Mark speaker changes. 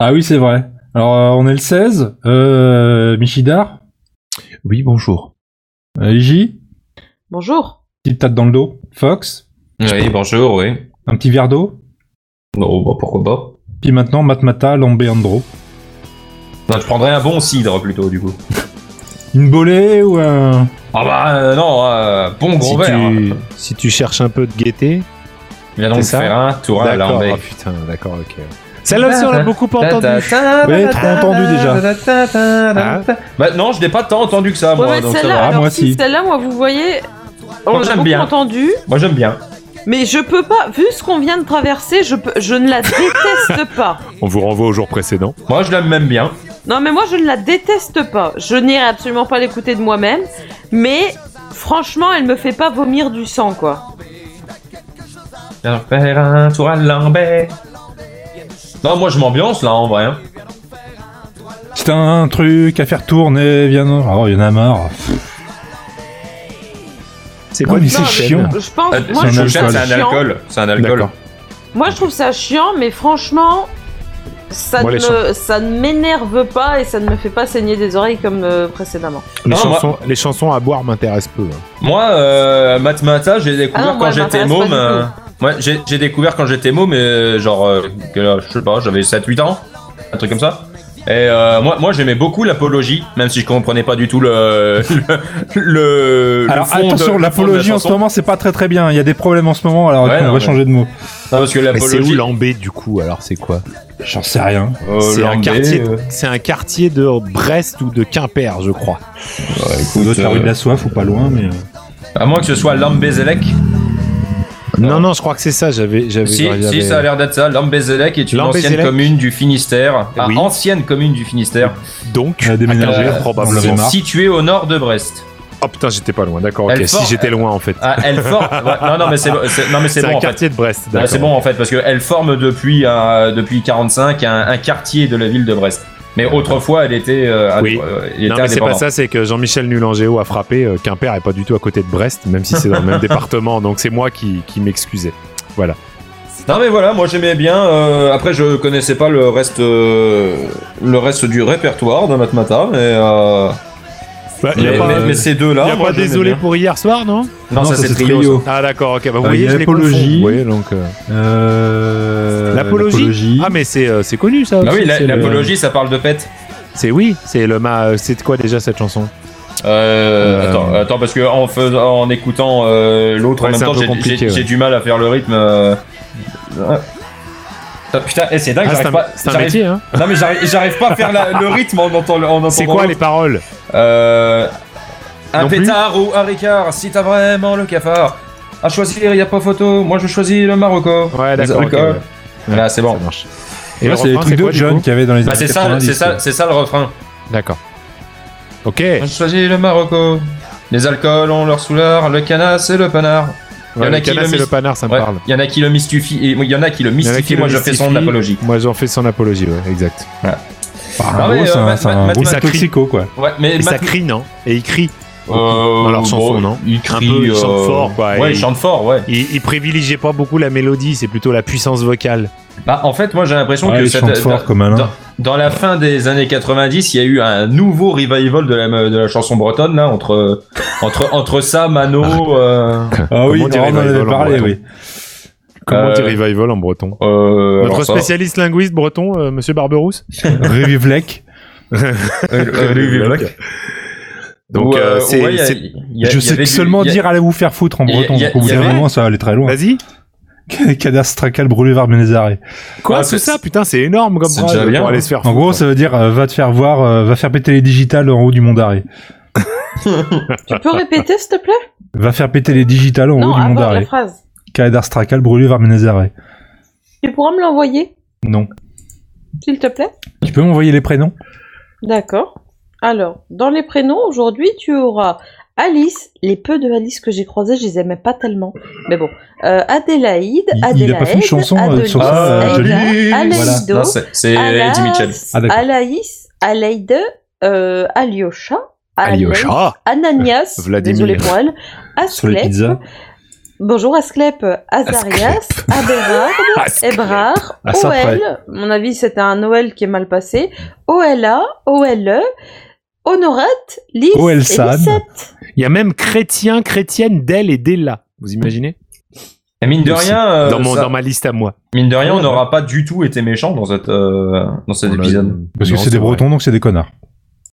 Speaker 1: Ah oui, c'est vrai. Alors, euh, on est le 16. Euh, Michidar,
Speaker 2: Oui, bonjour.
Speaker 1: euh, Iji,
Speaker 3: Bonjour.
Speaker 1: petite tâte dans le dos. Fox,
Speaker 4: Oui, bonjour, oui.
Speaker 1: un petit verre d'eau.
Speaker 4: Bon, bah, pourquoi pas
Speaker 1: Puis maintenant, Matmata, Lambé, Andro.
Speaker 4: Non, je prendrais un bon cidre plutôt, du coup.
Speaker 1: Une bolée ou un...
Speaker 4: Ah bah euh, non, euh, bon
Speaker 2: si,
Speaker 4: gros verre.
Speaker 2: tu,
Speaker 4: hein.
Speaker 2: si tu cherches un peu de gaieté,
Speaker 4: Il va donc
Speaker 2: C'est ça
Speaker 4: faire un tour à
Speaker 2: d'accord.
Speaker 4: l'armée.
Speaker 2: ah, putain, d'accord, ok. Celle-là aussi, on l'a beaucoup entendue.
Speaker 1: Oui,
Speaker 4: Oui,
Speaker 1: trop entendu déjà.
Speaker 2: Ah.
Speaker 4: Bah non, je l'ai pas tant entendu que ça,
Speaker 3: Ouais,
Speaker 4: moi,
Speaker 3: mais
Speaker 4: donc ça
Speaker 3: celle-là,
Speaker 4: va.
Speaker 1: Ah,
Speaker 3: alors
Speaker 1: moi
Speaker 3: si,
Speaker 1: si.
Speaker 3: celle-là, moi, vous voyez, on
Speaker 4: Moi,
Speaker 3: l'a
Speaker 4: j'aime
Speaker 3: beaucoup
Speaker 4: bien.
Speaker 3: entendu,
Speaker 4: Moi, j'aime bien.
Speaker 3: mais je peux pas, vu ce qu'on vient de traverser, je, peux- je ne la déteste pas.
Speaker 2: On vous renvoie au jour précédent.
Speaker 4: Moi, je l'aime même bien.
Speaker 3: Non, mais moi, je ne la déteste pas. Je n'irai absolument pas l'écouter de moi-même, mais franchement, elle me fait pas vomir du sang, quoi.
Speaker 4: Je vais faire un tour à l'armée. Non, moi, je m'ambiance, là, en vrai. hein.
Speaker 1: C'est un truc à faire tourner, viens... Oh, il y en a marre.
Speaker 2: C'est
Speaker 1: quoi,
Speaker 2: quoi
Speaker 1: mais
Speaker 2: du
Speaker 1: c'est
Speaker 3: Non, mais
Speaker 1: chiant.
Speaker 3: Je pense,
Speaker 4: Euh,
Speaker 3: moi,
Speaker 1: un
Speaker 3: je
Speaker 4: c'est
Speaker 3: trouve
Speaker 4: c'est
Speaker 3: ça
Speaker 1: alcool.
Speaker 4: un
Speaker 3: chiant.
Speaker 4: alcool. C'est un alcool.
Speaker 2: D'accord.
Speaker 3: Moi, je trouve ça chiant, mais franchement, ça
Speaker 2: Moi, les
Speaker 3: ne, ça ne m'énerve pas et ça ne me fait pas saigner des oreilles comme euh, précédemment.
Speaker 2: Les,
Speaker 4: Non, moi-
Speaker 2: chansons, les chansons à boire m'intéressent peu. hein.
Speaker 4: Moi, euh, Matmata, j'ai
Speaker 3: Ah
Speaker 4: découvert
Speaker 3: non, moi,
Speaker 4: quand
Speaker 3: elle
Speaker 4: j'étais
Speaker 3: m'intéresse
Speaker 4: môme.
Speaker 3: pas du
Speaker 4: euh, ouais, j'ai j'ai découvert quand j'étais môme, mais genre, euh, que, euh, je sais pas, j'avais 7-8 ans, un truc comme ça. Et euh, moi, moi j'aimais beaucoup l'apologie, même si je comprenais pas du tout le. le, le- le
Speaker 1: Alors
Speaker 4: fond de-
Speaker 1: attention,
Speaker 4: le fond de la
Speaker 1: l'apologie en ce
Speaker 4: chanson.
Speaker 1: moment, c'est pas très très bien. Il y a des problèmes en ce moment, alors
Speaker 4: Ouais,
Speaker 1: écoute, on
Speaker 4: non,
Speaker 1: va
Speaker 4: mais-
Speaker 1: changer de mot.
Speaker 4: Non, parce que
Speaker 2: Mais c'est où
Speaker 4: l'apologie.
Speaker 2: l'ambé du coup Alors c'est quoi
Speaker 1: J'en sais rien.
Speaker 4: Euh,
Speaker 2: C'est un,
Speaker 4: l'Ambé,
Speaker 2: quartier-
Speaker 4: euh,
Speaker 2: c'est un quartier de Brest ou de Quimper, je crois.
Speaker 4: Bah,
Speaker 1: Ou d'autres, la rue de la soif ou pas loin, mais...
Speaker 4: euh, À moins que ce soit l'Ambézelec.
Speaker 2: Non, non, je crois que c'est ça. J'avais, j'avais.
Speaker 4: Si,
Speaker 2: j'avais-
Speaker 4: si, ça a l'air d'être ça. L'Ambézelec est une ancienne
Speaker 2: L'Ambézelec.
Speaker 4: commune du Finistère. Ah,
Speaker 2: Oui.
Speaker 4: ancienne commune du Finistère.
Speaker 2: Donc,
Speaker 1: On a déménagé,
Speaker 2: à Quimper,
Speaker 1: on l'avait
Speaker 2: probablement.
Speaker 1: marre.
Speaker 4: Située au nord de Brest.
Speaker 2: Oh putain, j'étais pas loin. D'accord, ok.
Speaker 4: Elle fort-
Speaker 2: Si j'étais loin en fait.
Speaker 4: Ah, elle forme. ouais, non, non, mais c'est c'est- non, mais c'est
Speaker 2: C'est
Speaker 4: bon.
Speaker 2: un
Speaker 4: en fait.
Speaker 2: quartier de Brest.
Speaker 4: Ouais,
Speaker 2: d'accord.
Speaker 4: C'est bon en fait parce qu'elle forme depuis un- depuis 45 un, un quartier de la ville de Brest. Mais autrefois, elle était. euh, indép-
Speaker 2: Oui.
Speaker 4: euh, elle
Speaker 2: Non,
Speaker 4: était
Speaker 2: mais c'est pas
Speaker 4: indépendante.
Speaker 2: ça, c'est que Jean-Michel Nulangéo a frappé. euh, Quimper est pas du tout à côté de Brest, même si c'est dans le même département. Donc c'est moi qui, qui m'excusais.
Speaker 4: Non mais voilà, moi j'aimais bien. euh, après, je connaissais pas le reste euh, le reste du répertoire de Matmata, mais euh,
Speaker 1: il y a
Speaker 4: mais,
Speaker 1: pas-
Speaker 4: mais- mais ces deux là.
Speaker 2: euh, y a pas désolé pour hier soir, non
Speaker 4: Non,
Speaker 1: Non,
Speaker 4: ça
Speaker 1: ça,
Speaker 4: c'est
Speaker 1: c'est
Speaker 4: trio.
Speaker 1: Trio.
Speaker 4: ça.
Speaker 2: Ah d'accord, ok. Bah, vous
Speaker 1: Euh,
Speaker 2: voyez,
Speaker 1: il y a
Speaker 2: je les
Speaker 1: l'apologie.
Speaker 2: confonds. Oui, donc. euh,
Speaker 1: Euh...
Speaker 2: L'apologie Ah mais c'est euh, c'est connu ça.
Speaker 4: Ah oui,
Speaker 2: aussi,
Speaker 4: la-
Speaker 2: c'est le-
Speaker 4: l'apologie, ça parle de fête.
Speaker 2: C'est oui, c'est le ma. euh, C'est quoi déjà cette chanson
Speaker 4: Euh,
Speaker 2: Euh,
Speaker 4: Attends, attends, parce que en faisant, en écoutant euh, l'autre
Speaker 2: Ouais,
Speaker 4: en même
Speaker 2: c'est un
Speaker 4: temps,
Speaker 2: peu
Speaker 4: j'ai-
Speaker 2: compliqué,
Speaker 4: j'ai
Speaker 2: ouais.
Speaker 4: j'ai du mal à faire le rythme. euh. Ah, Putain, eh, c'est dingue,
Speaker 2: Ah, C'est
Speaker 4: j'arrive
Speaker 2: un,
Speaker 4: pas.
Speaker 2: c'est un
Speaker 4: j'arrive-
Speaker 2: métier, hein.
Speaker 4: Non mais j'arrive j'arrive pas à faire la- le rythme en entendant. en
Speaker 2: C'est
Speaker 4: entendant
Speaker 2: quoi les
Speaker 4: l'autre.
Speaker 2: paroles
Speaker 4: Euh, Un
Speaker 2: Non plus
Speaker 4: pétard ou un ricard, si t'as vraiment le cafard. À choisir, y a pas photo. Moi je choisis le Marocco.
Speaker 2: Ouais,
Speaker 4: Les
Speaker 2: d'accord. ok,
Speaker 4: alcools.
Speaker 2: ouais.
Speaker 4: Voilà, c'est
Speaker 2: Ça
Speaker 4: bon.
Speaker 2: marche.
Speaker 1: Et là,
Speaker 2: le
Speaker 1: c'est les
Speaker 2: refrain,
Speaker 1: trucs de
Speaker 2: quoi, du
Speaker 1: John
Speaker 2: coup
Speaker 1: qu'il y avait dans les
Speaker 4: Bah,
Speaker 1: années
Speaker 4: c'est ça,
Speaker 1: 90,
Speaker 4: c'est ça,
Speaker 1: quoi.
Speaker 4: c'est ça le refrain.
Speaker 2: D'accord. Ok.
Speaker 4: Moi je choisis le Marocco. Les alcools ont leur soulard, le canard c'est le panard.
Speaker 2: Ouais,
Speaker 4: a
Speaker 2: le
Speaker 4: qui
Speaker 2: canard,
Speaker 4: le
Speaker 2: c'est
Speaker 4: mis-
Speaker 2: le panard, ça me
Speaker 4: Ouais,
Speaker 2: parle.
Speaker 4: Il y en a qui le mystifient, et- il y en a qui le
Speaker 2: Il y en a qui
Speaker 4: mystifient,
Speaker 2: le
Speaker 4: moi je fais son
Speaker 2: mystifient.
Speaker 4: apologie.
Speaker 2: Moi j'en fais son apologie, ouais, exact.
Speaker 1: Bah,
Speaker 4: Ah
Speaker 1: en
Speaker 4: ouais,
Speaker 1: gros, c'est
Speaker 4: euh,
Speaker 1: un-
Speaker 4: Matt-
Speaker 1: c'est un
Speaker 4: Matt-
Speaker 1: gros
Speaker 2: Matt- Matt-
Speaker 1: toxico, quoi.
Speaker 4: Ouais, mais
Speaker 2: Et ça
Speaker 4: Matt-
Speaker 2: crie, non Et il crie.
Speaker 4: euh,
Speaker 2: dans leur chanson, non
Speaker 4: Il
Speaker 2: Un
Speaker 4: crie,
Speaker 2: peu, il
Speaker 4: euh,
Speaker 2: chante fort, quoi,
Speaker 4: Ouais,
Speaker 2: et-
Speaker 4: il chante fort, ouais.
Speaker 2: Il, il privilégiait pas beaucoup la mélodie, c'est plutôt la puissance vocale.
Speaker 4: Bah, en fait, moi j'ai l'impression
Speaker 1: Ouais,
Speaker 4: que
Speaker 1: il
Speaker 4: cette-
Speaker 1: chante fort comme Alain.
Speaker 4: Dans la fin des années 90, il y a eu un nouveau revival de la, de la chanson bretonne, là, entre, entre, entre ça, Mano, euh,
Speaker 1: Ah oui,
Speaker 2: Comment
Speaker 1: on
Speaker 2: dire
Speaker 1: en
Speaker 2: revival
Speaker 1: avait
Speaker 2: en
Speaker 1: parlé,
Speaker 2: breton
Speaker 1: oui.
Speaker 2: Comment
Speaker 4: Euh,
Speaker 2: dit revival en breton
Speaker 4: euh,
Speaker 2: Notre
Speaker 4: alors ça-
Speaker 2: spécialiste linguiste breton, euh, monsieur Barberousse
Speaker 1: Revivlec.
Speaker 4: euh, euh, revival.
Speaker 2: Donc,
Speaker 4: Ou,
Speaker 2: euh,
Speaker 4: euh,
Speaker 2: c'est.
Speaker 4: ouais, il y a-
Speaker 2: c'est-
Speaker 4: il y a-
Speaker 1: Je
Speaker 4: il y
Speaker 1: sais
Speaker 4: avait
Speaker 1: que
Speaker 4: du-
Speaker 1: seulement
Speaker 4: il y a-
Speaker 1: dire allez vous faire foutre en
Speaker 4: il y a-
Speaker 1: breton,
Speaker 4: il y a-
Speaker 1: donc au bout
Speaker 4: il y
Speaker 1: d'un
Speaker 4: avait-
Speaker 1: moment ça va aller très loin.
Speaker 2: Vas-y
Speaker 1: Cadastracal brûlé var Ménézaré.
Speaker 2: Quoi,
Speaker 4: Ouais,
Speaker 2: tout
Speaker 4: Ah, c'est-
Speaker 2: ça Putain, c'est énorme comme
Speaker 4: C'est
Speaker 2: phrase
Speaker 4: déjà bien,
Speaker 2: pour
Speaker 4: hein.
Speaker 2: aller se faire
Speaker 1: En gros, ça veut dire euh, va te faire voir, euh, va faire péter les digitales en haut du mont d'arrêt.
Speaker 3: Tu peux répéter, s'il te plaît
Speaker 1: Va faire péter les digitales en
Speaker 3: Non,
Speaker 1: haut du mont
Speaker 3: avant la
Speaker 1: d'arrêt.
Speaker 3: phrase.
Speaker 1: Cadastracal brûlé var Ménézaré.
Speaker 3: Tu pourras me l'envoyer,
Speaker 1: Non.
Speaker 3: s'il te plaît
Speaker 1: Tu peux m'envoyer les prénoms
Speaker 3: D'accord. Alors, dans les prénoms, aujourd'hui, tu auras Alice, les peu de Alice que j'ai croisées, je les aimais pas tellement. Mais bon, Euh, Adélaïde,
Speaker 1: Il- il a pas
Speaker 3: Adélaïde,
Speaker 1: fait une chanson, euh,
Speaker 3: Adélaïde,
Speaker 1: sur ça, euh,
Speaker 3: Aïda,
Speaker 4: Johnny.
Speaker 1: Voilà.
Speaker 3: Aléido,
Speaker 4: Ah, Non, c'est- c'est
Speaker 3: Alas,
Speaker 4: Eddie Mitchell.
Speaker 1: Ah, d'accord.
Speaker 3: Alaïs, Aleide, euh, Alyosha, Alaïs,
Speaker 2: Alyosha
Speaker 3: Ananias,
Speaker 2: Vladimir.
Speaker 3: désolé pour elle,
Speaker 1: sur les
Speaker 3: Asclep,
Speaker 1: pizzas
Speaker 3: Bonjour Asclep, Azarias, Aberard,
Speaker 2: Asclep.
Speaker 3: Ebrard,
Speaker 1: À ça près.
Speaker 3: OL, mon avis c'était un Noël qui est mal passé, OLA, OLE, Honorette, E, Lys et
Speaker 1: OLSAN.
Speaker 3: Lysette.
Speaker 2: Il y a même chrétien, chrétienne, d'elle et d'Ella. Vous imaginez
Speaker 4: Et mine de
Speaker 2: Aussi.
Speaker 4: rien, euh,
Speaker 2: dans, mon-
Speaker 4: ça-
Speaker 2: dans ma liste à moi.
Speaker 4: mine de rien, on
Speaker 2: Ouais,
Speaker 4: n'aura pas du tout été méchant dans cette euh, dans cet épisode.
Speaker 1: Parce que
Speaker 2: Non,
Speaker 1: c'est des
Speaker 2: vrai.
Speaker 1: Bretons, donc c'est des connards.